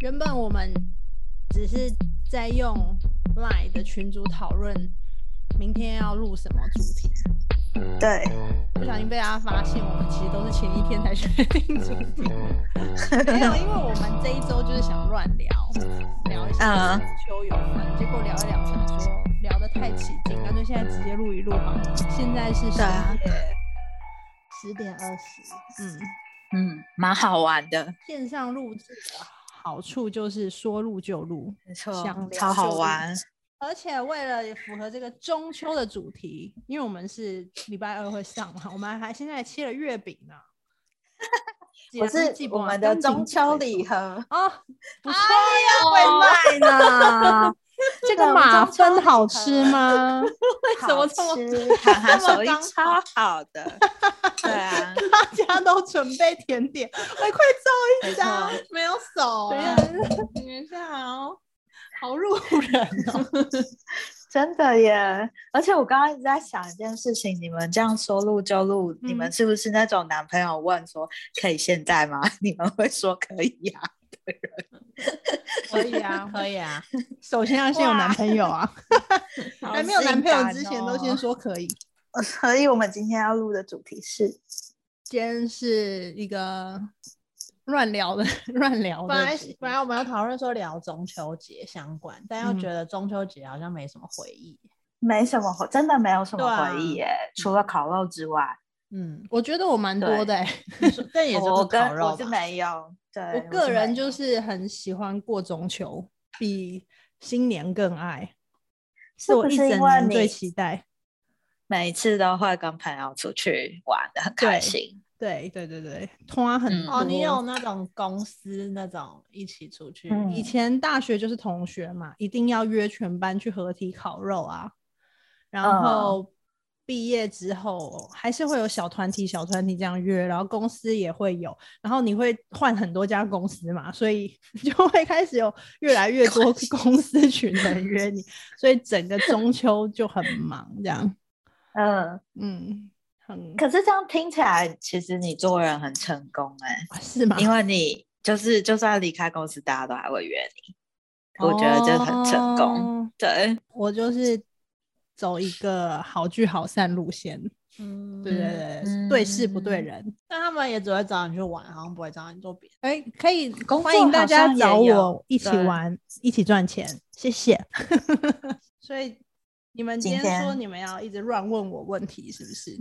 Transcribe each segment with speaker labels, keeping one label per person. Speaker 1: 原本我们只是在用 Line 的群组讨论明天要录什么主题，
Speaker 2: 对，嗯
Speaker 1: 不小心被大家发现，我们其实都是前一天才决定主题。
Speaker 2: 嗯
Speaker 1: 没有，因为我们这一周就是想乱聊，聊一下
Speaker 2: 嗯
Speaker 1: 跟球有关，结果聊一聊，想说聊得太起劲，干脆现在直接录一录好了。现在是十
Speaker 2: 嗯对啊
Speaker 1: 点十点二十，嗯，
Speaker 2: 嗯，蛮好玩的，
Speaker 1: 线上录制的好处就是说录就录，
Speaker 2: 没错
Speaker 1: 想
Speaker 2: 超
Speaker 1: 聊
Speaker 2: 好
Speaker 1: 就录
Speaker 2: 玩。
Speaker 1: 而且为了符合这个中秋的主题，因为我们是礼拜二会上嘛，我们还现在还切了月饼呢。
Speaker 2: 我是我们的中秋礼
Speaker 1: 盒
Speaker 2: 盒，
Speaker 1: 哦，不错，哎哦
Speaker 2: 会卖呢。
Speaker 1: 这个马芬好吃吗？ 为
Speaker 2: 为
Speaker 1: 什么这么
Speaker 2: 么吃？韩 寒
Speaker 1: 这么
Speaker 2: 手艺
Speaker 1: 刚
Speaker 2: 超好的，对啊，
Speaker 1: 大家都准备甜点？哎，快照
Speaker 2: 没
Speaker 1: 一
Speaker 2: 错
Speaker 1: 张，没有手、啊，等一下哦，好入人哦。
Speaker 2: 真的耶！而且我刚刚一直在想一件事情，你们这样说录就录，你们
Speaker 1: 嗯
Speaker 2: 是不是那种男朋友问说可以现在吗？ 你们会说可以啊呀、
Speaker 1: 可以啊，可以 啊。首先要先有男朋友啊，
Speaker 2: 啊？
Speaker 1: 还没有男朋友之前都
Speaker 2: 好性感
Speaker 1: 先
Speaker 2: 哦。
Speaker 1: 说可以。
Speaker 2: 所以我们今天要录的主题是，
Speaker 1: 今天是一个乱聊的 乱聊的
Speaker 3: 本来
Speaker 1: 主题，
Speaker 3: 本来我们要讨论说聊中秋节相关，但又
Speaker 1: 嗯
Speaker 3: 觉得中秋节好像没什么回忆。
Speaker 2: 没什么回，真的没有什
Speaker 3: 对
Speaker 2: 么
Speaker 3: 啊
Speaker 2: 回忆耶，除了烤肉之外，
Speaker 3: 嗯，
Speaker 1: 我觉得我蛮多的、欸。
Speaker 3: 你说但也是
Speaker 2: 我
Speaker 3: 不
Speaker 2: 哦跟
Speaker 3: 烤
Speaker 2: 我
Speaker 3: 肉
Speaker 2: 是
Speaker 3: 吧
Speaker 2: 没有。对，
Speaker 1: 我
Speaker 2: 是
Speaker 1: 个人
Speaker 2: 没有
Speaker 1: 就是很喜欢过中秋，比新年更爱，
Speaker 2: 是
Speaker 1: 我
Speaker 2: 不
Speaker 1: 一
Speaker 2: 是
Speaker 1: 整
Speaker 2: 因为
Speaker 1: 年最
Speaker 2: 你
Speaker 1: 期待。
Speaker 2: 每次都会跟朋友出去玩的很
Speaker 1: 对
Speaker 2: 开心。
Speaker 1: 对对对对，通啊很
Speaker 2: 嗯
Speaker 1: 多。
Speaker 3: 哦，你有那种公司那种一起出去，
Speaker 2: 嗯
Speaker 1: 以前大学就是同学嘛，一定要约全班去合体烤肉啊。然
Speaker 2: 嗯
Speaker 1: 后毕业之后还是会有小团体、小团体这样约，然后公司也会有，然后你会换很多家公司嘛，所以 就会开始有越来越 多公司群的人约你，所以整个中秋就很忙，这样，
Speaker 2: 嗯，
Speaker 1: 嗯，很
Speaker 2: 可是这样听起来，其实你做人很成功哎、
Speaker 1: 啊是吗？
Speaker 2: 因为你就是就算离开公司，大家都还会约你。我觉得这很成功。
Speaker 1: 哦
Speaker 2: 对，
Speaker 1: 我就是走一个好聚好散路线，
Speaker 3: 嗯，
Speaker 1: 对对对，对事不对人。
Speaker 3: 但他们也只会找你去玩，好像不会找你做别的。
Speaker 1: 哎、可以
Speaker 2: 工
Speaker 1: 欢
Speaker 2: 作
Speaker 1: 迎大
Speaker 2: 好
Speaker 1: 家
Speaker 2: 像也
Speaker 1: 找我
Speaker 2: 有
Speaker 1: 一起
Speaker 2: 对
Speaker 1: 玩，一起赚钱，谢谢。 所以你们今
Speaker 2: 今
Speaker 1: 天说
Speaker 2: 天
Speaker 1: 你们要一直乱问我问题，是不 是？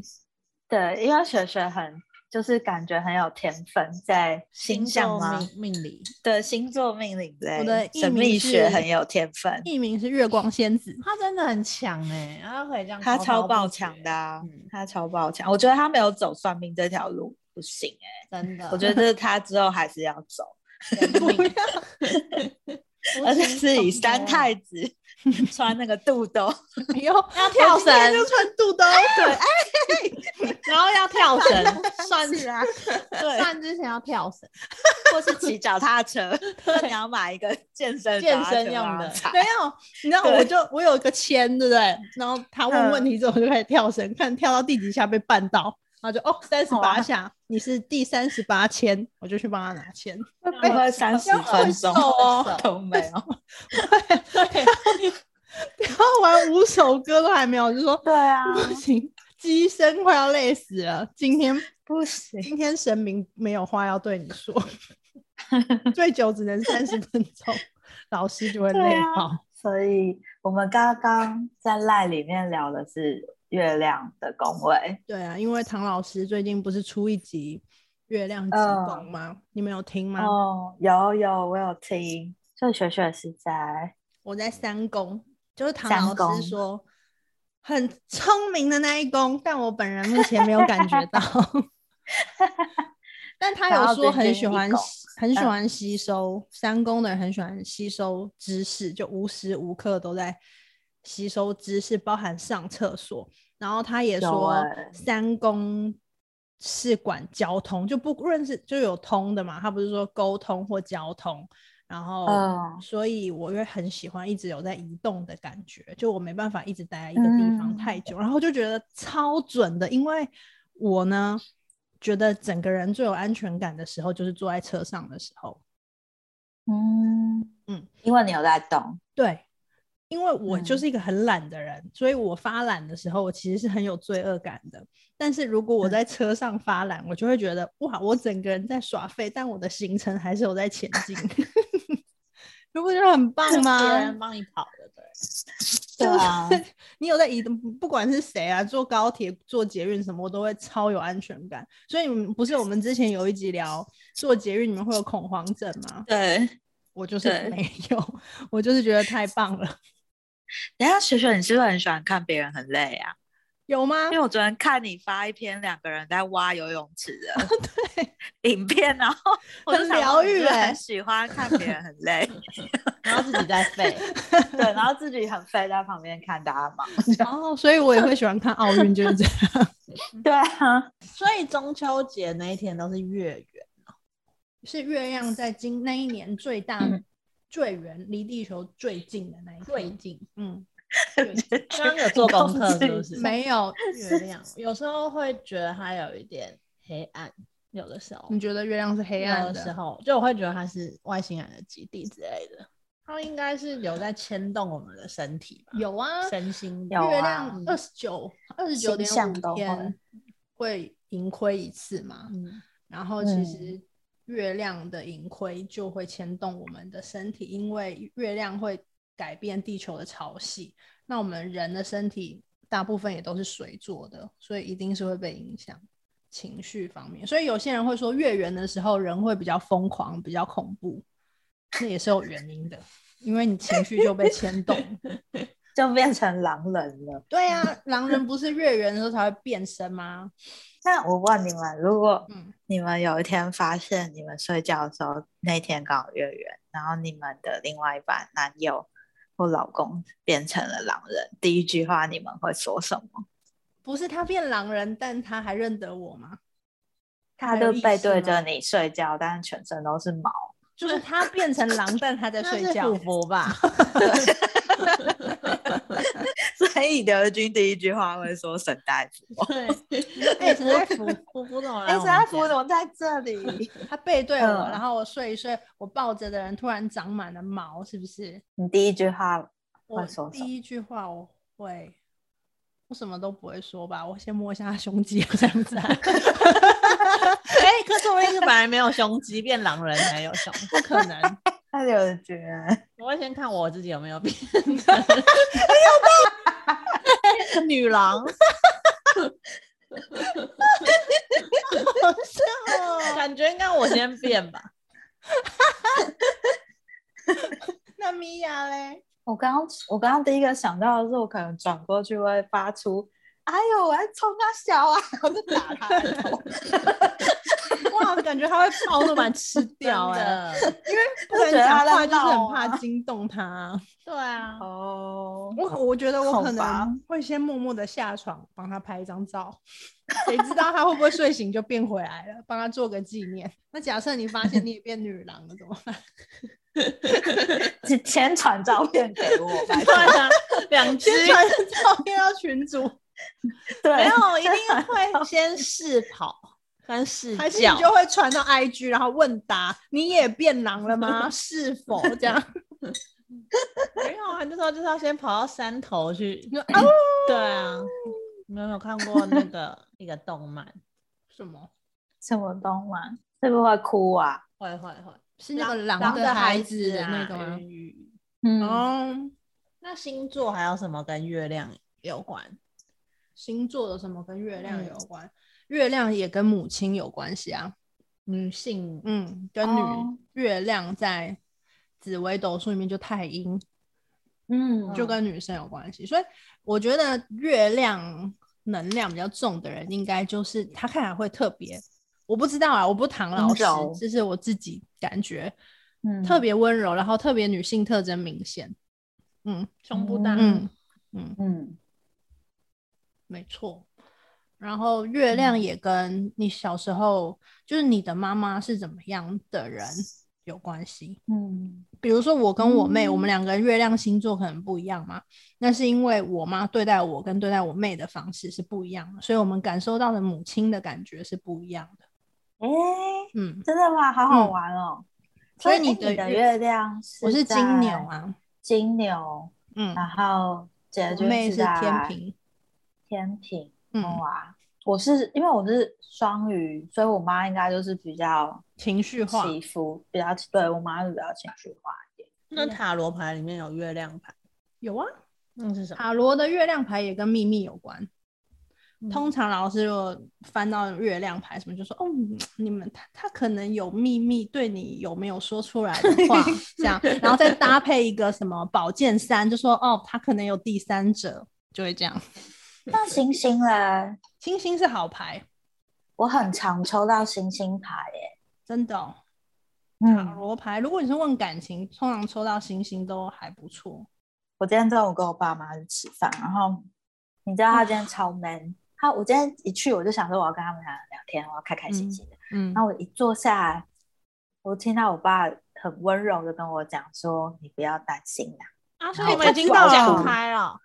Speaker 2: 对，因为雪雪很就是感觉很有天分，在星象
Speaker 3: 座
Speaker 2: 吗？
Speaker 3: 命命理，
Speaker 2: 对，星座命理类，
Speaker 1: 我的艺
Speaker 2: 神
Speaker 1: 名
Speaker 2: 秘学
Speaker 1: 是
Speaker 2: 很有天分，
Speaker 1: 艺名是月光仙子，
Speaker 3: 他真的很强哎、他可以这样滔
Speaker 2: 他
Speaker 3: 滔不绝，
Speaker 2: 超爆强的、啊，
Speaker 3: 嗯
Speaker 2: 他超爆强。我觉得他没有走算命这条路不行哎、
Speaker 3: 真的。
Speaker 2: 我觉得他之后还是要走，
Speaker 3: 得
Speaker 1: 不要
Speaker 2: 而且是以
Speaker 3: 欸
Speaker 2: 三太子穿那个肚兜，
Speaker 1: 哎呦，要
Speaker 3: 跳绳
Speaker 1: 就穿肚兜， 对，哎，
Speaker 3: 然后要跳 绳，
Speaker 1: 算起来，
Speaker 2: 对，
Speaker 3: 算之前要跳绳，
Speaker 2: 或是骑脚踏车。那你要买一个健身
Speaker 3: 健
Speaker 2: 脚踏车
Speaker 3: 身用
Speaker 2: 让他
Speaker 3: 的
Speaker 2: 踩
Speaker 1: 没有，你知道我
Speaker 2: 对嗯
Speaker 1: 就我有一个签，对不对？然后他问问题之后，我就开始跳绳，看跳到第几下被绊到，然后就哦三十八
Speaker 2: 哇
Speaker 1: 下，你是第三十八签，我就去帮他拿签。
Speaker 2: 不会三十分钟
Speaker 1: 要会手
Speaker 2: 都没有。
Speaker 3: 对，
Speaker 1: 然后玩五首歌都还没有，就说
Speaker 2: 对啊
Speaker 1: 不行，机身快要累死了。今天
Speaker 2: 不行，
Speaker 1: 今天神明没有话要对你 说，最久只能三十分钟，老师就会
Speaker 2: 对
Speaker 1: 累
Speaker 2: 啊
Speaker 1: 爆。
Speaker 2: 所以我们刚刚在赖里面聊的是月亮的宫位，
Speaker 1: 对啊，因为唐老师最近不是出一集《月亮之
Speaker 2: 嗯
Speaker 1: 宫》吗？你们有听吗？
Speaker 2: 哦，有有，我有听。所以雪雪是在
Speaker 1: 我在三宫，就是唐
Speaker 2: 三
Speaker 1: 老师
Speaker 2: 宫
Speaker 1: 说很聪明的那一宫，但我本人目前没有感觉到。 但他
Speaker 2: 然
Speaker 1: 有
Speaker 2: 后
Speaker 1: 说
Speaker 2: 最
Speaker 1: 很
Speaker 2: 近
Speaker 1: 喜
Speaker 2: 一
Speaker 1: 欢
Speaker 2: 宫
Speaker 1: 吸很喜
Speaker 2: 嗯
Speaker 1: 欢吸收、三宫的人很喜欢吸收知识，就无时无刻都在吸收知识，包含上厕所。然后他也
Speaker 2: 有
Speaker 1: 说
Speaker 2: 欸
Speaker 1: 三宫是管交通，就不论是就有通的嘛，他不是说沟通或交通，然后、
Speaker 2: 嗯
Speaker 1: 所以我会很喜欢一直有在移动的感觉，就我没办法一直待在一个地方
Speaker 2: 嗯
Speaker 1: 太久，然后就觉得超准的，因为我呢觉得整个人最有安全感的时候就是坐在车上的时候，
Speaker 2: 嗯
Speaker 1: 嗯，
Speaker 2: 因为你有在动，
Speaker 1: 对，因为我就
Speaker 2: 嗯
Speaker 1: 是一个很懒的人，所以我发懒的时候，我其实是很有罪恶感的。但是如果我
Speaker 2: 嗯
Speaker 1: 在车上发懒，我就会觉得哇，我整个人在耍废，但我的行程还是有在前进。 你不觉得很棒
Speaker 3: 别
Speaker 1: 吗
Speaker 3: 人？帮你跑的，对。
Speaker 2: 对啊，
Speaker 1: 你有在移动，不管是谁啊，坐高铁、坐捷运什么，我都会超有安全感。所以你们不是我们之前有一集聊坐捷运，你们会有恐慌症吗？
Speaker 2: 对。
Speaker 1: 我就是
Speaker 2: 对
Speaker 1: 没有，我就是觉得太棒了，
Speaker 2: 等一下雪雪，你是不是很喜欢看别人很累啊？
Speaker 1: 有吗
Speaker 2: 因为？我昨天看你发一篇两个人在挖游泳池
Speaker 3: 哦
Speaker 2: 的影片，然后我就
Speaker 1: 很
Speaker 2: 想
Speaker 1: 疗
Speaker 2: 说你是
Speaker 1: 愈
Speaker 2: 不是
Speaker 1: 欸
Speaker 2: 很喜欢看别人很 累，
Speaker 3: 然后自己在废，
Speaker 2: 对，然后自己很废在旁边看大家忙。
Speaker 1: 哦， 所以我也会喜欢看奥运，就是这样。
Speaker 3: 嗯
Speaker 2: 对啊，
Speaker 3: 所以中秋节那一天都是月圆，
Speaker 1: 是月亮在今那一年最大、
Speaker 2: 嗯
Speaker 1: 最远、离地球最近的那一天
Speaker 3: 最 近。
Speaker 1: 嗯，
Speaker 3: 刚刚有做功课是不是？
Speaker 1: 没有
Speaker 3: 月亮， 有时候会觉得它有一点黑暗，有的时候，
Speaker 1: 你觉得月亮是黑暗
Speaker 3: 有的时
Speaker 1: 的？
Speaker 3: 候，就我会觉得它是外星人的基地之类的，它应该是有在牵动我们的身体吧，
Speaker 1: 有啊，
Speaker 3: 身心
Speaker 2: 有啊
Speaker 1: 月亮二十九、二十九
Speaker 2: 星
Speaker 1: 点
Speaker 2: 象
Speaker 1: 五
Speaker 2: 都会
Speaker 1: 天会盈亏一次嘛，
Speaker 3: 嗯，
Speaker 1: 然后其
Speaker 2: 嗯
Speaker 1: 实月亮的盈亏就会牵动我们的身体，因为月亮会改变地球的潮汐。那我们人的身体大部分也都是水做的，所以一定是会被影响情绪方面。所以有些人会说月圆的时候人会比较疯狂，比较恐怖，那也是有原因的，因为你情绪就被牵动。
Speaker 2: 就变成狼人了。
Speaker 1: 对啊，狼人不是月圆的时候才会变身吗？
Speaker 2: 那我问你们，如果
Speaker 1: 嗯，
Speaker 2: 你们有一天发现你们睡觉的时候那天刚好月圆，然后你们的另外一半男友或老公变成了狼人，第一句话你们会说什么？
Speaker 1: 不是他变狼人，但他还认得我吗？
Speaker 2: 他
Speaker 1: 没有
Speaker 2: 就
Speaker 1: 意
Speaker 2: 背
Speaker 1: 识
Speaker 2: 对
Speaker 1: 吗
Speaker 2: 着你睡觉，但是全身都是毛。
Speaker 1: 就是他变成狼，但他在
Speaker 3: 它
Speaker 1: 睡
Speaker 3: 是
Speaker 1: 觉
Speaker 3: 虎。符吧？
Speaker 2: 所以德军第一句话会说：“沈大夫，
Speaker 3: 对，
Speaker 1: 哎沈大夫
Speaker 3: 符符怎么来
Speaker 2: 哎，
Speaker 3: 我
Speaker 2: 沈
Speaker 3: 们
Speaker 2: 大夫
Speaker 3: 家
Speaker 2: 怎么在这里
Speaker 1: 他背对我，
Speaker 2: 嗯
Speaker 1: 然后我睡一睡，我抱着的人突然长满了毛，是不是？？”
Speaker 2: 你第一句话
Speaker 1: 我
Speaker 2: 会说什
Speaker 1: 第
Speaker 2: 么？
Speaker 1: 一句话我会，我什么都不会说吧，我先摸一下他胸肌，这样子、 啊，
Speaker 3: 哎、可是我一直本来没有胸肌，变狼人才有 胸，不可能。
Speaker 2: 他有觉得
Speaker 3: 我会先看我自己有没有变成女郎，
Speaker 1: 好笑哦。
Speaker 3: 感觉应该我先变吧。
Speaker 1: 那米娅嘞？
Speaker 2: 我刚刚我刚刚第一个想到的是，我可能转过去会发出“哎呦，我要冲他笑啊”，我就打他的 头。
Speaker 1: 哇，哦感觉他会暴怒把你吃掉哎、
Speaker 3: 真的，
Speaker 1: 不敢讲话，就是很
Speaker 2: 就觉得他在闹
Speaker 1: 怕
Speaker 2: 啊
Speaker 1: 惊动他。
Speaker 3: 对啊，
Speaker 2: 哦，
Speaker 1: 我我觉得我
Speaker 2: 好
Speaker 1: 可
Speaker 2: 吧
Speaker 1: 能会先默默的下床帮他拍一张照，谁知道他会不会睡醒就变回来了，帮他做个纪念。那假设你发现你也变女郎了怎么办？
Speaker 2: 先 先传照片给我吧。
Speaker 3: 对啊，两只
Speaker 1: 先传照片到群主，
Speaker 3: 没
Speaker 2: 对，
Speaker 3: 有，一定会先试跑跟试
Speaker 1: 还是
Speaker 3: 叫
Speaker 1: 你，就会传到 IG，然后问答你也变狼了吗？ 是否这样？
Speaker 3: 没有啊，那时候就是要先跑到山头去。
Speaker 1: 你说啊
Speaker 3: 对啊，你们有没有看过那个一个动漫？
Speaker 1: 什么？
Speaker 2: 什么东啊？是不是会哭啊？
Speaker 3: 会会会，
Speaker 1: 是那个
Speaker 3: 狼
Speaker 1: 狼
Speaker 3: 的
Speaker 1: 孩
Speaker 3: 子
Speaker 1: 的
Speaker 3: 啊
Speaker 1: 那个吗？
Speaker 3: 鱼鱼
Speaker 2: 嗯，
Speaker 1: 哦，
Speaker 3: 那星座还有什么跟月亮有关？
Speaker 1: 星座有什么跟月亮
Speaker 3: 嗯
Speaker 1: 有关？月亮也跟母亲有关系啊。
Speaker 3: 女性
Speaker 1: 嗯，跟女、
Speaker 2: 哦
Speaker 1: 月亮在紫微斗数里面就太阴，
Speaker 2: 嗯，
Speaker 1: 就跟女生有关系，所以我觉得月亮能量比较重的人，应该就是他看起来会特别，我不知道啊，我不唐老师
Speaker 2: 温柔，
Speaker 1: 这是我自己感觉、
Speaker 2: 嗯
Speaker 1: 特别温柔，然后特别女性特征明显。嗯
Speaker 3: 胸部大，
Speaker 1: 嗯，
Speaker 2: 嗯。
Speaker 1: 没错。然后月
Speaker 2: 嗯
Speaker 1: 亮也跟你小时候，就是你的妈妈是怎么样的人有关系。
Speaker 2: 嗯
Speaker 1: 比如说我跟我妹，
Speaker 2: 嗯
Speaker 1: 我们两个人月亮星座可能不一样嘛，那是因为我妈对待我跟对待我妹的方式是不一样的，所以我们感受到的母亲的感觉是不一样的。，
Speaker 2: 哎、
Speaker 1: 嗯，
Speaker 2: 真的吗？好好玩哦！
Speaker 1: 所以
Speaker 2: 哎
Speaker 1: 你
Speaker 2: 的
Speaker 1: 的月
Speaker 2: 月亮是
Speaker 1: 我是金牛
Speaker 2: 在
Speaker 1: 啊，
Speaker 2: 金牛，
Speaker 1: 嗯，
Speaker 2: 然后姐
Speaker 1: 我
Speaker 2: 就
Speaker 1: 妹是
Speaker 2: 在哦
Speaker 1: 天，平，
Speaker 2: 天平，
Speaker 1: 嗯，
Speaker 2: 哇，我是因为我是双鱼，所以我妈应该就是比较
Speaker 1: 情绪化，
Speaker 2: 起伏，比较对我妈是比较情绪化一点。
Speaker 3: 那塔罗牌里面有月亮牌，
Speaker 1: 有啊，
Speaker 3: 那是什么？
Speaker 1: 塔罗的月亮牌也跟秘密有关。
Speaker 3: 嗯
Speaker 1: 通常老师如果翻到月亮牌什么，就说哦，嗯你们他他可能有秘密，对你有没有说出来的 话，这样，然后再搭配一个什么宝剑三，就说哦，他可能有第三者，就会这样。
Speaker 2: 那星星嘞，
Speaker 1: 星星是好牌，
Speaker 2: 我很常抽到星星牌耶，
Speaker 1: 真的哦、塔
Speaker 2: 嗯，
Speaker 1: 罗牌。如果你是问感情，通常抽到星星都还不错。
Speaker 2: 我今天中午跟我爸妈去吃饭，然后你知道他今天超 man，他我今天一去我就想说我要跟他们俩聊天，我要开开心心的。
Speaker 1: 嗯
Speaker 2: 然后我一坐下来，我听到我爸很温柔的跟我讲说：“你不要担心啦、
Speaker 3: 啊，
Speaker 2: 所
Speaker 3: 所
Speaker 2: 以你
Speaker 3: 以你
Speaker 2: 们
Speaker 3: 们
Speaker 2: 已
Speaker 3: 已
Speaker 2: 经
Speaker 3: 经
Speaker 2: 到
Speaker 3: 到
Speaker 2: 了
Speaker 3: 了开了。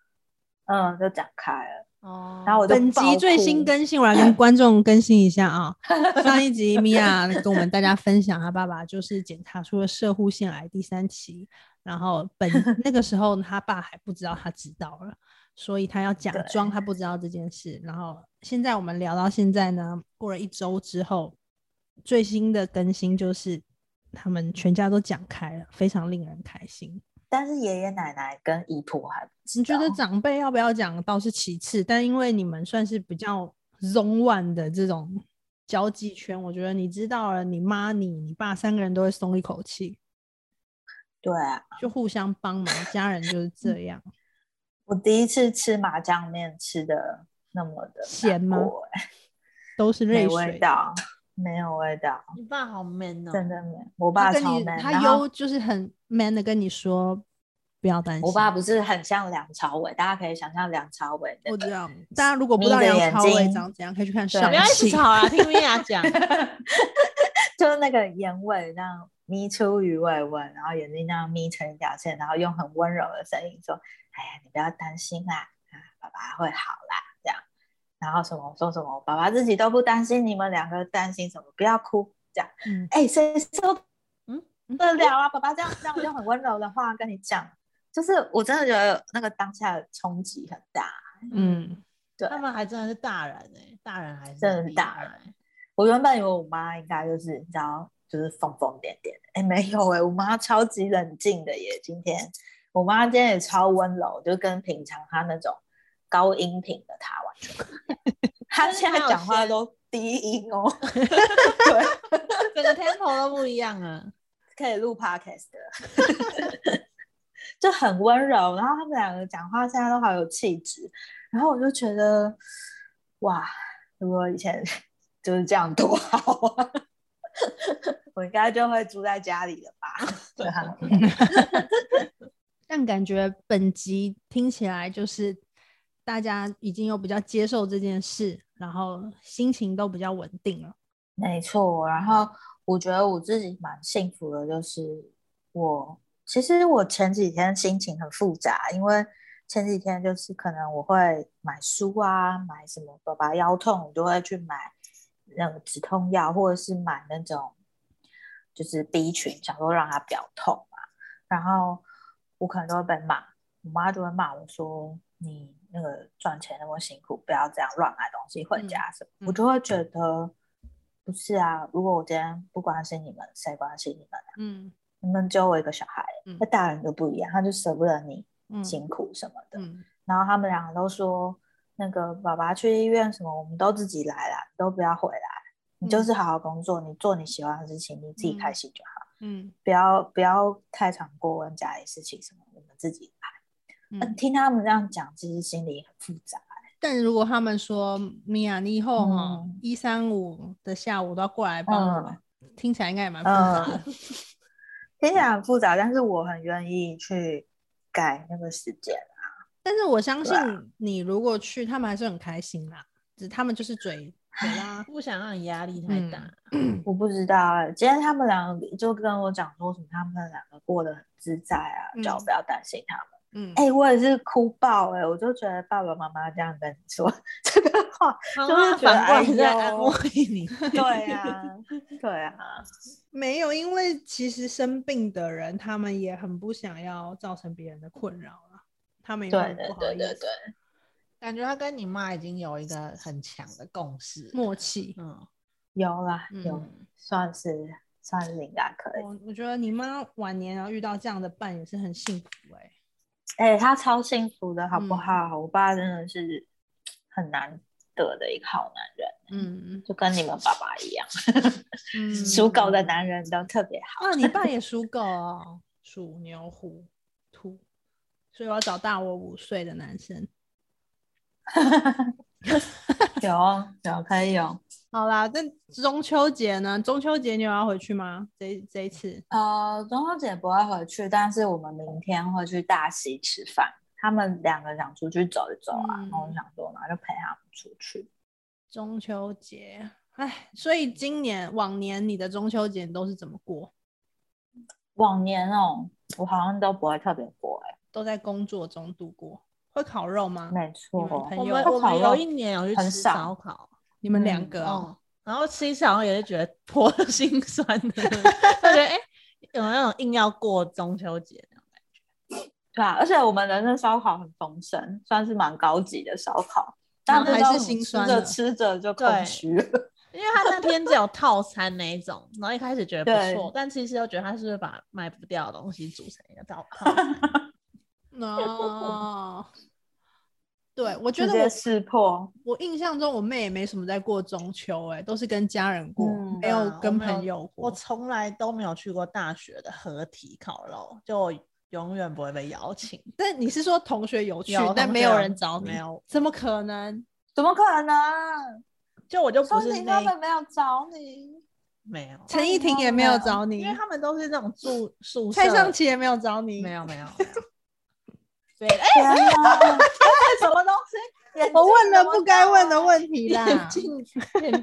Speaker 2: 嗯，就讲开了。
Speaker 3: 哦
Speaker 2: 然后我就
Speaker 1: 本
Speaker 2: 爆
Speaker 1: 集
Speaker 2: 哭
Speaker 1: 最新更新，我来跟观众更新一下啊。 上一集米娅跟我们大家分享，她爸爸就是检查出了射护腺癌第三期，然后本那个时候他爸还不知道他知道了，所以他要假
Speaker 2: 对
Speaker 1: 装他不知道这件事。然后现在我们聊到现在呢，过了一周之后，最新的更新就是他们全家都讲开了，非常令人开心。
Speaker 2: 但是爷爷奶奶跟姨婆还不知
Speaker 1: 你觉
Speaker 2: 道
Speaker 1: 得长辈要不要讲倒是其次，但因为你们算是比较 zone one 的这种交际圈，我觉得你知道了，你妈、你、你爸三个人都会松一口气，
Speaker 2: 对啊，
Speaker 1: 就互相帮忙。家人就是这
Speaker 2: 嗯
Speaker 1: 样，
Speaker 2: 我第一次吃麻酱面吃的那么的
Speaker 1: 咸吗
Speaker 2: 难过欸
Speaker 1: 都是
Speaker 2: 没
Speaker 1: 泪
Speaker 2: 味
Speaker 1: 水。
Speaker 2: 道，没有味道，
Speaker 3: 你爸好 man 哦，
Speaker 2: 真的没有。我爸
Speaker 1: 嗯他跟
Speaker 2: 超
Speaker 1: 你
Speaker 2: man，
Speaker 1: 他
Speaker 2: 然后
Speaker 1: 优就是很 man 的跟你说不要担心。
Speaker 2: 我爸不是很像梁朝伟，大家可以想象梁朝伟那
Speaker 1: 我
Speaker 2: 个
Speaker 1: 知道，大家如果不知
Speaker 2: 眯
Speaker 1: 道
Speaker 2: 着
Speaker 1: 梁
Speaker 2: 眼
Speaker 1: 朝伟
Speaker 2: 睛
Speaker 1: 长怎样，可以去看
Speaker 2: 对
Speaker 1: 上
Speaker 3: 不要一
Speaker 1: 期
Speaker 3: 起。吵啊，听米娅 讲。
Speaker 2: 就是那个眼尾那样眯出鱼尾纹，然后眼睛那样眯成一条线，然后用很温柔的声音说：“哎呀，你不要担心啦，啊，爸爸会好啦。”这样，然后什么我说什么，我爸爸自己都不担心，你们两个担心什么？不要哭，这样。
Speaker 1: 嗯，
Speaker 2: 哎，谁受
Speaker 3: 嗯
Speaker 2: 得了啊？爸爸这样这样用很温柔的话跟你讲，就是我真的觉得那个当下的冲击很大。
Speaker 1: 嗯，
Speaker 2: 对，
Speaker 3: 他们还真的是大人哎、大人还是
Speaker 2: 真的
Speaker 3: 很厉
Speaker 2: 大
Speaker 3: 害
Speaker 2: 我原本以为我妈应该就是你知道，就是疯疯癫癫的，哎，没有哎、我妈超级冷静的耶。今天我妈今天也超温柔，就跟平常她那种高音频的她完全不一样。她现在讲话都低音哦，对，
Speaker 3: 整个 tempo 都不一样了。
Speaker 2: 可以录 podcast 的， 就很温柔。然后他们两个讲话现在都好有气质，然后我就觉得，哇，如果以前就是这样多好啊！ 我应该就会住在家里了吧？ 对啊，
Speaker 1: 但感觉本集听起来就是大家已经有比较接受这件事，然后心情都比较稳定了。
Speaker 2: 没错。然后我觉得我自己蛮幸福的，就是我其实我前几天心情很复杂，因为前几天就是可能我会买书啊，买什么爸爸腰痛，我就会去买那个止痛药，或者是买那种就是 B 群，想说让它不要痛嘛。然后我可能都会被骂，我妈就会骂我说你那个赚钱那么辛苦，不要这样乱买东西回家什么。
Speaker 1: 嗯
Speaker 2: 我就会觉得不是啊，如果我今天不关心你们，谁关心你们？
Speaker 1: 嗯
Speaker 2: 你们只有我一个小孩
Speaker 1: 嗯，
Speaker 2: 那、大人就不一样，他就舍不得你
Speaker 1: 嗯
Speaker 2: 辛苦什么的。
Speaker 1: 嗯
Speaker 2: 然后他们两个都说，那个爸爸去医院什么，我们都自己来啦，都不要回来，你就
Speaker 1: 嗯
Speaker 2: 是好好工作，你做你喜欢的事情，你自己开心就好，
Speaker 1: 嗯
Speaker 2: 不要不要太常过问家里事情什么，我们自己来。呃
Speaker 1: 嗯。
Speaker 2: 听他们这样讲，其实心里很复杂。
Speaker 1: 但如果他们说米娅，你以后哈
Speaker 2: 嗯
Speaker 1: 一三五的下午都要过来帮我们，听起来应该也
Speaker 2: 嗯
Speaker 1: 蛮复杂的。
Speaker 2: 听起来很复杂，但是我很愿意去改那个时间。
Speaker 1: 但是我相信
Speaker 2: 对啊
Speaker 1: 你，如果去，他们还是很开心啦。只是他们就是嘴嘴啦，
Speaker 3: 不想让你压力太大，
Speaker 2: 嗯我不知道啊，今天他们两个就跟我讲说什么，他们两个过得很自在啊，
Speaker 1: 嗯
Speaker 2: 叫我不要担心他们。
Speaker 3: 嗯，
Speaker 2: 哎、我也是哭爆哎、我就觉得爸爸妈妈这样跟你说这个 话，
Speaker 3: 妈
Speaker 2: 就
Speaker 3: 妈
Speaker 2: 是觉得
Speaker 3: 反过来
Speaker 2: 哎
Speaker 3: 在
Speaker 2: 呦
Speaker 3: 安慰你。
Speaker 2: 对啊， 对啊，
Speaker 1: 没有，因为其实生病的人，他们也很不想要造成别人的困扰了，他们也
Speaker 2: 对
Speaker 1: 会
Speaker 2: 对
Speaker 1: 不好
Speaker 2: 对
Speaker 1: 意
Speaker 2: 对
Speaker 1: 思。
Speaker 2: 对，
Speaker 3: 感觉他跟你妈已经有一个很强的共识。
Speaker 1: 默契，
Speaker 3: 嗯
Speaker 2: 有啦有，
Speaker 3: 嗯，
Speaker 2: 算是算是应该可以。
Speaker 1: 哦我我觉得你妈晚年啊然后遇到这样的伴也是很幸福哎、
Speaker 2: 哎、他超幸福的好不
Speaker 1: 嗯
Speaker 2: 好？我爸真的是很难得的一个好男人，欸
Speaker 1: 嗯
Speaker 2: 就跟你们爸爸一样，
Speaker 1: 嗯，
Speaker 2: 属狗的男人都特别好。
Speaker 1: 啊，你爸也属狗哦，属牛、虎、兔，所以我要找大我五岁的男生。
Speaker 2: 有哦有可以有，
Speaker 1: 好啦，那中秋节呢？中秋节你有要回去吗？这一这一次
Speaker 2: 呃，中秋节不会回去，但是我们明天会去大溪吃饭。他们两个想出去走一走啊，
Speaker 1: 嗯
Speaker 2: 然后我想说，那就陪他们出去。
Speaker 1: 中秋节，哎，所以今年往年你的中秋节你都是怎么过？
Speaker 2: 往年哦，我好像都不会特别过哎、
Speaker 1: 都在工作中度过？会烤肉吗？
Speaker 2: 没
Speaker 1: 你们
Speaker 2: 错
Speaker 1: 朋，
Speaker 3: 我
Speaker 1: 友
Speaker 3: 们
Speaker 1: 他
Speaker 3: 我
Speaker 2: 哎烤
Speaker 3: 们
Speaker 2: 肉
Speaker 3: 有一年有去
Speaker 2: 很
Speaker 3: 吃
Speaker 2: 少
Speaker 3: 烧烤，
Speaker 1: 你们两
Speaker 2: 嗯
Speaker 1: 个哦、
Speaker 3: 哦，然后吃一次好像也是觉得 颇心酸 的，就觉得哎、有那种硬要过中秋节那种感觉。
Speaker 2: 对啊，而且我们的那烧烤很丰盛，算是蛮高级的烧烤，
Speaker 1: 然
Speaker 2: 但
Speaker 1: 后
Speaker 2: 不知道
Speaker 1: 啊还是
Speaker 2: 怎么
Speaker 1: 心酸
Speaker 2: 吃着
Speaker 1: 的
Speaker 2: 吃着就
Speaker 3: 对
Speaker 2: 空虚了。
Speaker 3: 因为他那天只有套餐那一种，然后一开始觉得不
Speaker 2: 对
Speaker 3: 错，但其实又觉得他是不是把卖不掉的东西煮成一个套套餐
Speaker 1: 哦， 对，我觉
Speaker 2: 直
Speaker 1: 得
Speaker 2: 接
Speaker 1: 我
Speaker 2: 识破，
Speaker 1: 我印象中我妹也没什么在过中秋、欸，哎，都是跟家人过，
Speaker 2: 嗯
Speaker 1: 没
Speaker 3: 对啊
Speaker 1: 有
Speaker 3: 我
Speaker 1: 跟
Speaker 3: 没有
Speaker 1: 朋友过。
Speaker 3: 我从来都没有去过大学的合体烤肉，就我永远不会被邀请。
Speaker 1: 但你是说同学有去，
Speaker 3: 有
Speaker 1: 但
Speaker 3: 同
Speaker 1: 没
Speaker 3: 学
Speaker 1: 有
Speaker 3: 有
Speaker 1: 人找你？
Speaker 3: 没有，
Speaker 1: 怎么可能？
Speaker 2: 怎么可能？
Speaker 3: 就我就不
Speaker 2: 说
Speaker 3: 是
Speaker 2: 明
Speaker 3: 那
Speaker 2: 他
Speaker 3: 一
Speaker 2: 们没有找你，
Speaker 3: 没有，
Speaker 1: 陈依婷也没有找你
Speaker 3: 因为，他们都是那种住宿舍，
Speaker 1: 蔡尚奇也没有找你。
Speaker 3: 没有没有没有。对，哎、
Speaker 2: 天哪！
Speaker 1: 哎
Speaker 2: 什么东西？眼
Speaker 1: 我问
Speaker 2: 镜
Speaker 1: 了
Speaker 2: 怎么
Speaker 1: 不该
Speaker 2: 掉
Speaker 1: 问的
Speaker 2: 啊，
Speaker 1: 问题
Speaker 3: 眼
Speaker 1: 啦，
Speaker 3: 镜 眼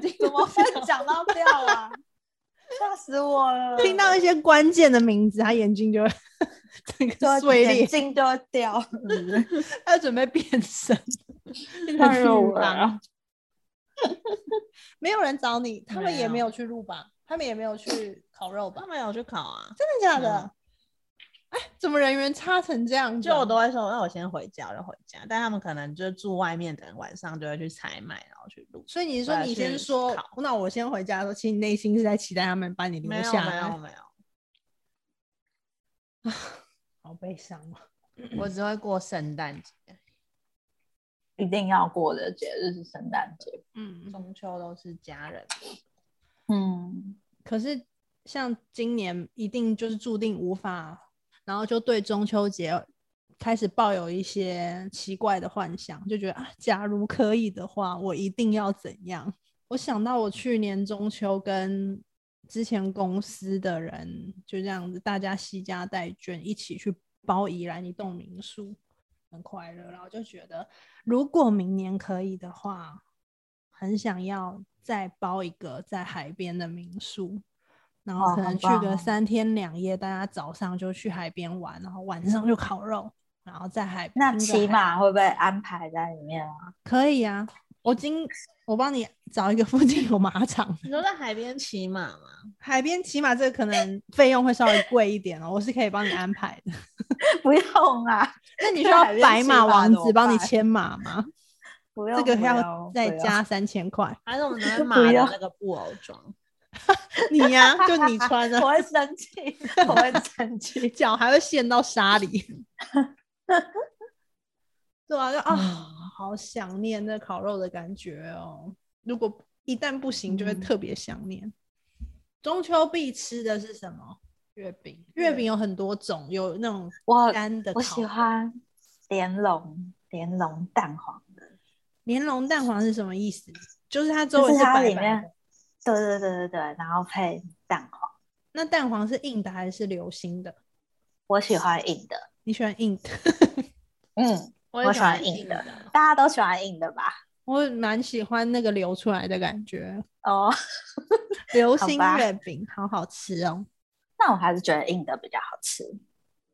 Speaker 3: 镜
Speaker 2: 怎么会讲到掉啊？ 吓死我了！
Speaker 1: 听到一些关键的名字，他眼睛就会 整
Speaker 2: 就
Speaker 1: 个
Speaker 3: 啊
Speaker 2: 会
Speaker 1: 碎
Speaker 2: 眼
Speaker 1: 裂，
Speaker 2: 镜就会掉，嗯
Speaker 1: 他准备变 身，变成
Speaker 2: 太
Speaker 1: 巨
Speaker 2: 肉
Speaker 1: 狼。
Speaker 2: 了。
Speaker 1: 没有人找你，他们
Speaker 3: 没
Speaker 1: 也没
Speaker 3: 有
Speaker 1: 有去录吧，他们也没有去烤肉吧
Speaker 3: 他？们有去考啊？
Speaker 1: 真的假的
Speaker 3: 嗯？
Speaker 1: 哎、怎么人缘差成这样子
Speaker 3: 就
Speaker 1: 啊？
Speaker 3: 我都会说，那我先回家，我就回家。但他们可能就是住外面的人，晚上就会去采买，然后去录。
Speaker 1: 所以你说
Speaker 3: 对啊
Speaker 1: 你先
Speaker 3: 去
Speaker 1: 说
Speaker 3: 烤，
Speaker 1: 那我先回家的时候，其实你内心是在期待他们把你留
Speaker 3: 没有
Speaker 1: 下
Speaker 3: 没有
Speaker 1: 来，
Speaker 3: 没有，
Speaker 1: 好悲伤哦。
Speaker 3: 我只会过圣诞节，
Speaker 2: 一定要过的节日是圣诞节。
Speaker 1: 嗯，
Speaker 3: 中秋都是家人。
Speaker 2: 嗯，
Speaker 1: 可是像今年一定就是注定无法，然后就对中秋节开始抱有一些奇怪的幻想，就觉得啊，假如可以的话，我一定要怎样？我想到我去年中秋跟之前公司的人就这样子，大家惜家带眷一起去包宜兰一栋民宿，很快乐。然后就觉得，如果明年可以的话，很想要再包一个在海边的民宿，然后
Speaker 2: 哇
Speaker 1: 可能
Speaker 2: 好
Speaker 1: 去
Speaker 2: 棒
Speaker 1: 个
Speaker 2: 哦
Speaker 1: 三天两夜，大家早上就去海边玩，然后晚上就烤肉，然后在海
Speaker 2: 那
Speaker 1: 听着
Speaker 2: 骑
Speaker 1: 海
Speaker 2: 马会不会安排在里面啊？
Speaker 1: 可以啊。我今我帮你找一个附近有马场的。
Speaker 3: 你说在海边骑马吗？
Speaker 1: 海边骑马这个可能费用会稍微贵一点哦，我是可以帮你安排的。
Speaker 2: 不用啊，
Speaker 1: 那你需
Speaker 2: 在
Speaker 1: 要
Speaker 2: 海边
Speaker 1: 白
Speaker 2: 骑
Speaker 1: 马
Speaker 2: 马
Speaker 1: 王
Speaker 2: 怎么
Speaker 1: 子帮你
Speaker 2: 办
Speaker 1: 牵马吗？
Speaker 2: 不用。
Speaker 1: 这个
Speaker 2: 不
Speaker 1: 要
Speaker 2: 用
Speaker 1: 再
Speaker 2: 不用
Speaker 1: 加三千块。
Speaker 3: 还是我们拿
Speaker 2: 不
Speaker 3: 马的
Speaker 2: 要
Speaker 3: 那个布偶装？
Speaker 1: 你呀、就你穿
Speaker 2: 我
Speaker 1: 啊，
Speaker 2: 会生气，我会生气。
Speaker 1: 脚还会陷到沙里。对啊，就啊、
Speaker 2: 嗯
Speaker 1: 好想念那烤肉的感觉哦。如果一旦不行，就会
Speaker 2: 嗯
Speaker 1: 特别想念。中秋必吃的是什么？月饼。月饼有很多种，有那种
Speaker 2: 我
Speaker 1: 干的烤
Speaker 2: 我
Speaker 1: 的，
Speaker 2: 喜欢莲蓉，莲蓉蛋黄的，
Speaker 1: 莲蓉蛋黄是什么意思？就是它周
Speaker 2: 就
Speaker 1: 围
Speaker 2: 是它
Speaker 1: 白
Speaker 2: 里
Speaker 1: 白
Speaker 2: 面
Speaker 1: 的。，
Speaker 2: 对对对对对，然后配蛋黄。
Speaker 1: 那蛋黄是硬的还是流心的？
Speaker 2: 我喜欢硬的，
Speaker 1: 你喜欢硬的？
Speaker 2: 嗯，
Speaker 3: 我
Speaker 2: 我喜欢硬的，大家都喜欢硬的吧？
Speaker 1: 我蛮喜欢那个流出来的感觉，
Speaker 2: 哦，
Speaker 1: 流
Speaker 2: 好
Speaker 1: 心
Speaker 2: 吧
Speaker 1: 月饼好好吃哦。
Speaker 2: 那我还是觉得硬的比较好吃，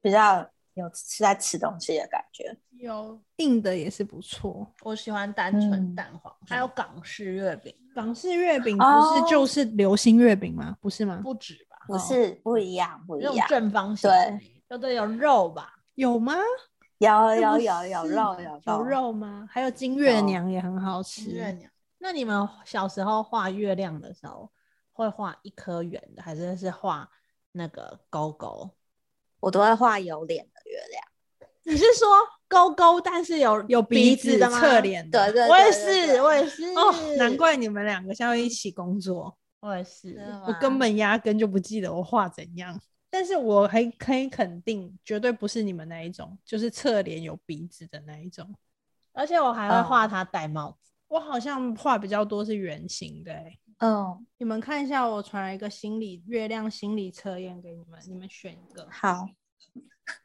Speaker 2: 比较有是在吃东西的感觉。
Speaker 1: 有硬的也是不错。
Speaker 3: 我喜欢单纯
Speaker 2: 嗯
Speaker 3: 蛋黄，还有港式月饼，
Speaker 1: 港式月饼不
Speaker 2: 哦
Speaker 1: 是就是流心月饼吗？不是吗？
Speaker 3: 不止吧？
Speaker 2: 不是不一样，不一
Speaker 3: 那种
Speaker 2: 样，
Speaker 3: 正方形，
Speaker 2: 对，
Speaker 3: 有的有肉吧？
Speaker 1: 有吗？
Speaker 2: 有
Speaker 1: 是
Speaker 2: 有
Speaker 1: 不
Speaker 2: 有有
Speaker 1: 是
Speaker 2: 肉有
Speaker 1: 有肉吗？还有金月娘也很好吃。
Speaker 3: 月亮。那你们小时候画月亮的时候，会画一颗圆的，还是是画那个勾勾？
Speaker 2: 我都会画有脸的月亮。
Speaker 3: 你是说勾勾，但是有
Speaker 1: 有
Speaker 3: 鼻
Speaker 1: 子
Speaker 3: 的吗？
Speaker 1: 侧脸的，
Speaker 2: 对对，
Speaker 3: 我也
Speaker 2: 对对对
Speaker 3: 是，我也是。
Speaker 1: 哦，难，怪你们两个现在一起工作，
Speaker 3: 我也是
Speaker 2: 真。的
Speaker 1: 我
Speaker 2: 吗
Speaker 1: 根本压根就不记得我画怎样。但是我还可以肯定，绝对不是你们那一种，就是侧脸有鼻子的那一种。
Speaker 3: 而且我还会画他戴帽子。
Speaker 1: 我好像画比较多是圆形的、欸，
Speaker 2: 嗯
Speaker 1: 你们看一下，我传了一个心理月亮心理测验给你们，你们选一个
Speaker 2: 好。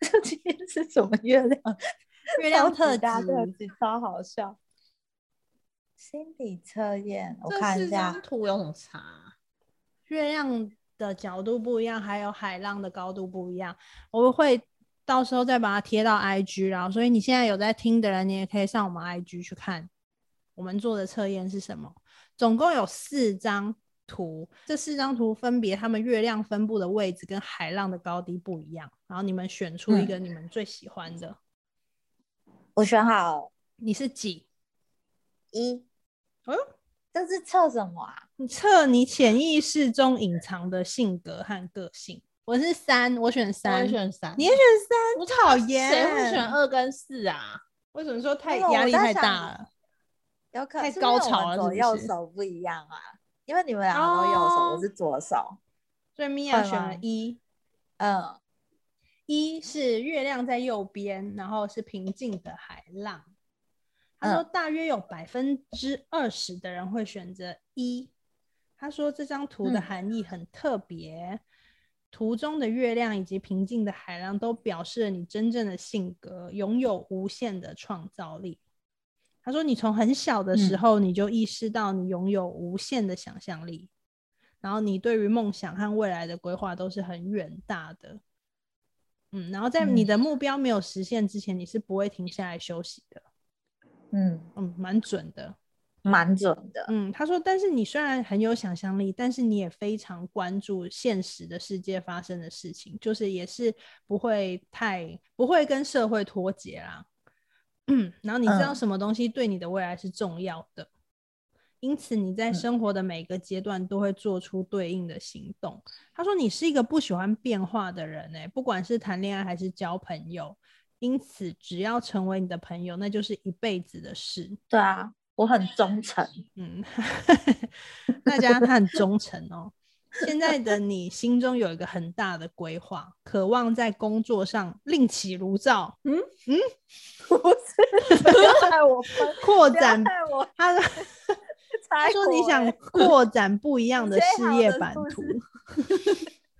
Speaker 2: 今天是什么月亮？
Speaker 1: 月亮
Speaker 2: 超
Speaker 1: 特
Speaker 2: 级
Speaker 1: 辑。
Speaker 2: 大特辑超好笑。心理测验，我
Speaker 3: 这
Speaker 2: 看一
Speaker 3: 四
Speaker 2: 下
Speaker 3: 张。图有什么差啊？
Speaker 1: 月亮的角度不一样，还有海浪的高度不一样，我们会到时候再把它贴到 IG，然后所以你现在有在听的人，你也可以上我们 IG 去看我们做的测验是什么。总共有四张图，这四张图分别它们月亮分布的位置跟海浪的高低不一样，然后你们选出
Speaker 3: 嗯
Speaker 1: 一个你们最喜欢的。
Speaker 2: 我选好
Speaker 1: 你是几？
Speaker 2: 一。
Speaker 1: 哎呦
Speaker 2: 这是测什么啊？
Speaker 1: 你测你潜意识中隐藏的性格和个性。我是三，我选
Speaker 3: 我
Speaker 1: 三
Speaker 3: 会，选三，
Speaker 1: 你也选三，我讨厌。
Speaker 3: 谁会选？二跟四啊？
Speaker 1: 为什么说太
Speaker 2: 因为我
Speaker 1: 压力
Speaker 2: 在
Speaker 1: 太
Speaker 2: 想
Speaker 1: 大了？
Speaker 2: 有可能
Speaker 1: 太
Speaker 2: 是不是
Speaker 1: 高
Speaker 2: 我们
Speaker 1: 潮了
Speaker 2: 左
Speaker 1: 是不
Speaker 2: 右
Speaker 1: 是
Speaker 2: 手不一样啊，因为你们两个都右手，
Speaker 1: 哦
Speaker 2: 我是左手。
Speaker 1: 所以米娅
Speaker 2: 会
Speaker 1: 选了
Speaker 2: 吗
Speaker 1: 一，
Speaker 2: 嗯，
Speaker 1: 一是月亮在右边，然后是平静的海浪。
Speaker 2: 嗯
Speaker 1: 他说，大约有百分之二十的人会选择一。他说，这张图的
Speaker 2: 嗯
Speaker 1: 含义很特别，图中的月亮以及平静的海浪都表示了你真正的性格，拥有无限的创造力。他说，你从很小的时
Speaker 2: 嗯
Speaker 1: 候你就意识到你拥有无限的想象力，然后你对于梦想和未来的规划都是很远大的。嗯，然后在你
Speaker 2: 嗯
Speaker 1: 的目标没有实现之前，你是不会停下来休息的。
Speaker 2: 嗯，
Speaker 1: 嗯，蛮准的。
Speaker 2: 蛮准的。
Speaker 1: 嗯，他说，但是你虽然很有想象力，但是你也非常关注现实的世界发生的事情，就是也是不会太不会跟社会脱节啦。嗯，然后你知道
Speaker 2: 嗯
Speaker 1: 什么东西对你的未来是重要的，因此你在
Speaker 2: 嗯
Speaker 1: 生活的每个阶段都会做出对应的行动。他说，你是一个不喜欢变化的人、欸，不管是谈恋爱还是交朋友，因此只要成为你的朋友，那就是一辈子的事。
Speaker 2: 对啊，我很忠诚。
Speaker 1: 嗯， 大家他很忠诚哦。现在的你心中有一个很大的规划，渴望在工作上另起炉灶，
Speaker 2: 不是，不要害我 分，
Speaker 1: 扩
Speaker 2: 不要
Speaker 1: 展。
Speaker 2: 害我
Speaker 1: 他 他
Speaker 2: 猜
Speaker 1: 说
Speaker 2: 我
Speaker 1: 你想
Speaker 2: 欸
Speaker 1: 扩展不一样的
Speaker 2: 最
Speaker 1: 事
Speaker 2: 好
Speaker 1: 业
Speaker 2: 的
Speaker 1: 版
Speaker 2: 故
Speaker 1: 图。
Speaker 2: 事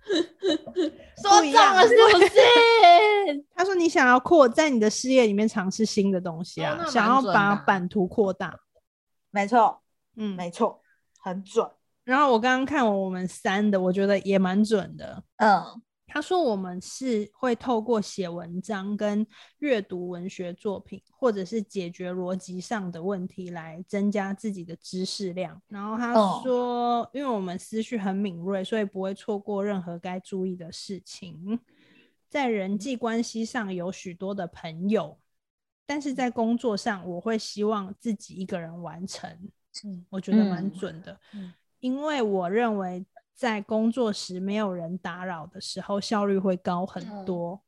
Speaker 3: 说
Speaker 1: 不一
Speaker 3: 中
Speaker 1: 样
Speaker 3: 了是不 是？
Speaker 1: 他说你想要扩在你的事业里面尝试新的东西
Speaker 3: 哦
Speaker 1: 啊，
Speaker 3: 那
Speaker 1: 想
Speaker 3: 蛮
Speaker 1: 要
Speaker 3: 准
Speaker 1: 把
Speaker 3: 的啊
Speaker 1: 版图扩大。
Speaker 2: 没错，
Speaker 1: 嗯，
Speaker 2: 没错，很准。
Speaker 1: 然后我刚刚看我们三的，我觉得也蛮准的。
Speaker 2: 嗯
Speaker 1: 他说我们是会透过写文章跟阅读文学作品，或者是解决逻辑上的问题来增加自己的知识量。然后他
Speaker 2: 哦
Speaker 1: 说，因为我们思绪很敏锐，所以不会错过任何该注意的事情。在人际关系上有许多的朋友，但是在工作上，我会希望自己一个人完成。
Speaker 3: 嗯
Speaker 1: 我觉得蛮
Speaker 2: 嗯
Speaker 1: 准的，
Speaker 3: 嗯
Speaker 1: 因为我认为在工作时没有人打扰的时候，效率会高很
Speaker 3: 嗯
Speaker 1: 多。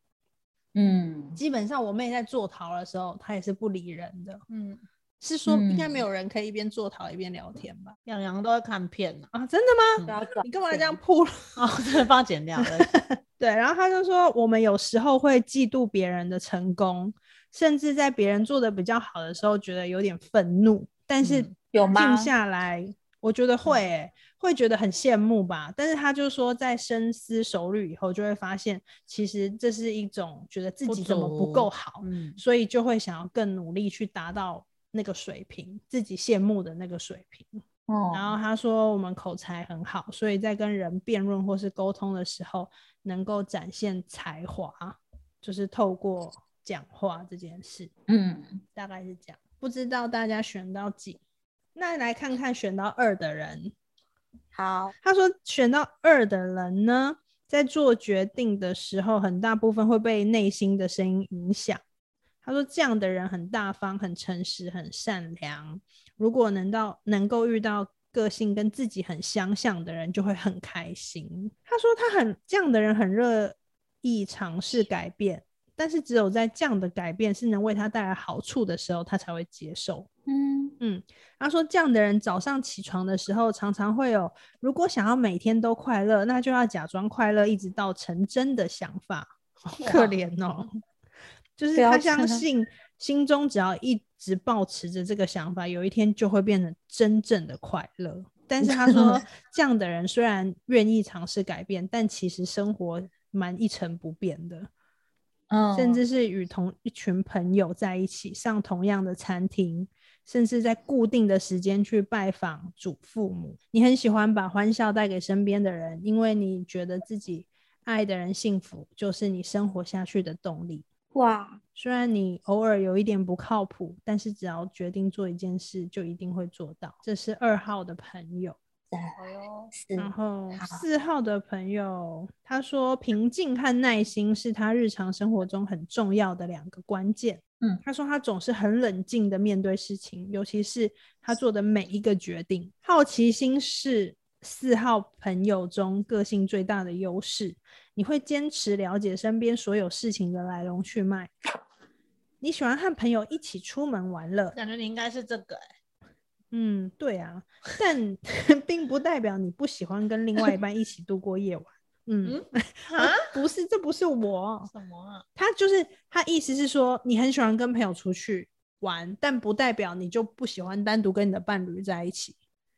Speaker 2: 嗯，
Speaker 1: 基本上我妹在做陶的时候，她也是不理人的，
Speaker 3: 嗯，
Speaker 1: 是说应该没有人可以一边做陶一边聊天吧？
Speaker 3: 养羊都会看片呐、
Speaker 1: 啊，真的吗？
Speaker 2: 不要
Speaker 3: 嗯
Speaker 2: 转
Speaker 1: 你干嘛这
Speaker 2: 型
Speaker 1: 样铺？
Speaker 3: 啊。哦，真的帮我剪掉了。
Speaker 1: 对，然后他就说，我们有时候会嫉妒别人的成功，甚至在别人做的比较好的时候，觉得有点愤怒，但是
Speaker 3: 嗯
Speaker 2: 有吗
Speaker 1: 静？下来，我觉得会、欸，会觉得很羡慕吧。但是他就说，在深思熟虑以后，就会发现，其实这是一种觉得自
Speaker 3: 不
Speaker 1: 己怎么不
Speaker 3: 足
Speaker 1: 够好，
Speaker 3: 嗯，
Speaker 1: 所以就会想要更努力去达到那个水平，自己羡慕的那个水平。
Speaker 3: 哦
Speaker 1: 然
Speaker 2: 嗯
Speaker 1: 后他说，我们口才很好，所以在跟人辩论或是沟通的时候，能够展现才华。就是透过讲话这件事，
Speaker 2: 嗯，
Speaker 1: 大概是这样。不知道大家选到几？那来看看选到二的人，
Speaker 2: 好，
Speaker 1: 他说选到二的人呢，在做决定的时候，很大部分会被内心的声音影响。他说这样的人很大方、很诚实、很善良。如果能到能够遇到个性跟自己很相像的人，就会很开心。他说他很这样的人很乐意尝试改变，但是只有在这样的改变是能为他带来好处的时候，他才会接受。
Speaker 2: 嗯
Speaker 1: 他说，这样的人早上起床的时候，常常会有如果想要每天都快乐，那就要假装快乐，一直到成真的想法。好
Speaker 2: 啊
Speaker 1: 可怜哦，就是
Speaker 2: 了
Speaker 1: 他
Speaker 2: 解
Speaker 1: 相信心中只要一直保持着这个想法，有一天就会变成真正的快乐。但是他说，这样的人虽然愿意尝试改变，但其实生活蛮一成不变的。
Speaker 2: 嗯，
Speaker 1: 甚至是与同一群朋友在一起上同样的餐厅，甚至在固定的时间去拜访祖父母。你很喜欢把欢笑带给身边的人，因为你觉得自己爱的人幸福就是你生活下去的动力。
Speaker 2: 哇，
Speaker 1: 虽然你偶尔有一点不靠谱，但是只要决定做一件事，就一定会做到。这是二号的朋友。
Speaker 2: 是
Speaker 1: 然后
Speaker 2: 好
Speaker 1: 四号的朋友他说，平静和耐心是他日常生活中很重要的两个关键。
Speaker 2: 嗯，
Speaker 1: 他说他总是很冷静的面对事情，尤其是他做的每一个决定。好奇心是四号朋友中个性最大的优势，你会坚持了解身边所有事情的来龙去脉。你喜欢和朋友一起出门玩乐，
Speaker 3: 感觉你应该是这个、欸，
Speaker 1: 嗯，对啊，但 并不代表你不喜欢跟另外一半一起度过夜晚。嗯，
Speaker 3: 啊？
Speaker 1: 不是，这不是我，
Speaker 3: 什么啊？
Speaker 1: 他就是他意思是说，你很喜欢跟朋友出去玩，但不代表你就不喜欢单独跟你的伴侣在一起。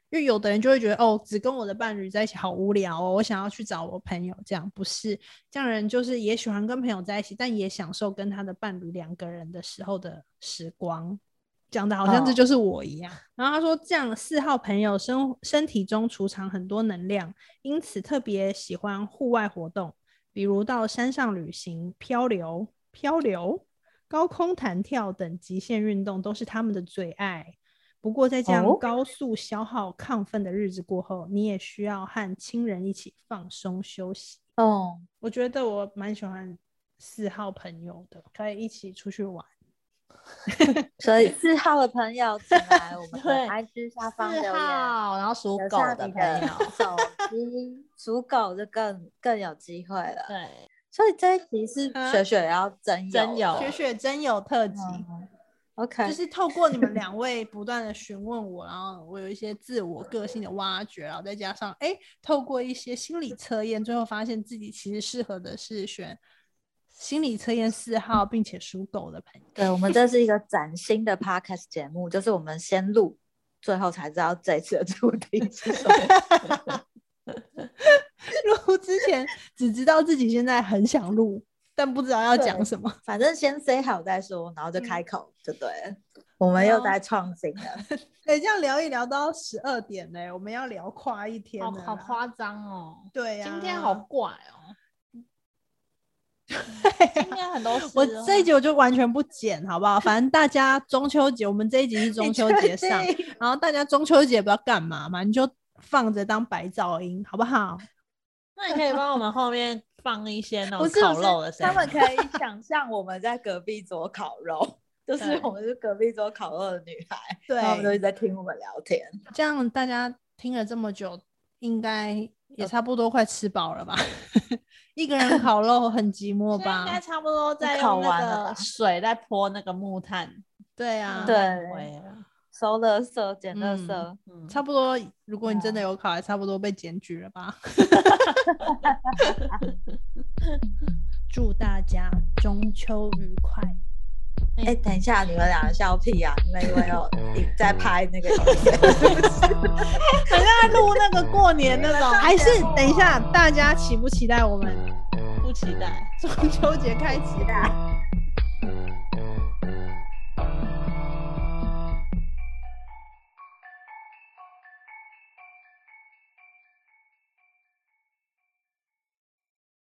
Speaker 1: 因为有的人就会觉得，哦，只跟我的伴侣在一起好无聊哦，我想要去找我朋友。这样不是，这样人就是也喜欢跟朋友在一起，但也享受跟他的伴侣两个人的时候的时光。讲的好像这
Speaker 2: 哦
Speaker 1: 就是我一样。然后他说，这样四号朋友身身体中储藏很多能量，因此特别喜欢户外活动，比如到山上旅行、漂流、漂流、高空弹跳等极限运动都是他们的最爱。不过，在这样
Speaker 2: 哦
Speaker 1: 高速消耗、亢奋的日子过后，你也需要和亲人一起放松休息。
Speaker 2: 哦，
Speaker 1: 我觉得我蛮喜欢四号朋友的，可以一起出去玩。
Speaker 2: 所以四号的朋友，请来我 们的
Speaker 3: 对
Speaker 2: IG 下方留
Speaker 3: 四
Speaker 2: 言，
Speaker 3: 号，然后属
Speaker 2: 留
Speaker 3: 狗
Speaker 2: 下
Speaker 3: 的
Speaker 2: 你
Speaker 3: 朋友，
Speaker 2: 手机，属狗就更更有机会了。
Speaker 3: 对，
Speaker 2: 所以这一集是雪雪要真有
Speaker 3: 真有
Speaker 1: 雪雪啊真有特辑，
Speaker 2: 嗯 OK，
Speaker 1: 就是透过你们两位不断的询问我，然后我有一些自我个性的挖掘，然后再加上哎、诶透过一些心理测验，最后发现自己其实适合的是选心理测验四号，并且属狗的朋友。
Speaker 2: 对我们这是一个崭新的 podcast 节目，就是我们先录，最后才知道这一次的主题是什么。
Speaker 1: 录之前只知道自己现在很想录，但不知道要讲
Speaker 2: 对
Speaker 1: 什么。
Speaker 2: 反正先 say 好再说，然后就
Speaker 1: 嗯
Speaker 2: 开口就对了。我们又在创新
Speaker 1: 哦
Speaker 2: 了，
Speaker 1: 对，这样聊一聊到十二点呢、我们要聊跨一天
Speaker 3: 好
Speaker 1: 了
Speaker 3: 好
Speaker 1: 啦
Speaker 3: 夸张哦，
Speaker 1: 对呀、
Speaker 2: 啊
Speaker 3: 今天 好怪哦， 今天很多事哦，
Speaker 1: 我这一集我就完全不剪，好不好？反正大家中秋节，我们这一 集是中秋节上
Speaker 2: 你，确定
Speaker 1: 然后大家中秋节不知道干嘛嘛，你就放着当白噪音，好不好？
Speaker 3: 那你可以帮我们后面放一些那
Speaker 2: 不
Speaker 3: 种
Speaker 2: 是
Speaker 3: 烤
Speaker 2: 不是
Speaker 3: 肉的声
Speaker 2: 他
Speaker 3: 音
Speaker 2: 们
Speaker 3: 吗，
Speaker 2: 可以想象我们在隔壁桌烤肉，就是
Speaker 3: 对
Speaker 2: 我们是隔壁桌烤肉的女孩，
Speaker 1: 对
Speaker 2: 然后他们都一直在听我们聊天。
Speaker 1: 这样大家听了这么久，应该也差不多快吃饱了吧？ 一个人烤肉很寂寞
Speaker 3: 现在应该
Speaker 1: 吧？
Speaker 3: 差不多在
Speaker 2: 烤
Speaker 3: 用
Speaker 2: 完
Speaker 3: 那
Speaker 2: 了吧
Speaker 3: 个水在泼那个木炭，
Speaker 1: 对啊，
Speaker 2: 对
Speaker 3: 回了
Speaker 2: 收垃圾，捡垃
Speaker 1: 嗯
Speaker 2: 圾，
Speaker 3: 嗯，
Speaker 1: 差不多。如果你真的有烤，还差不多被检举了 吧？祝大家中秋愉快！
Speaker 2: 哎、等一下，你们两个笑屁啊！你们以为有你在拍那个影 片？
Speaker 1: 很像在录那个过年哎那种，还是
Speaker 2: 节目
Speaker 1: 等一下，大家期不期待我们
Speaker 3: 不期待。
Speaker 1: 中秋节开启？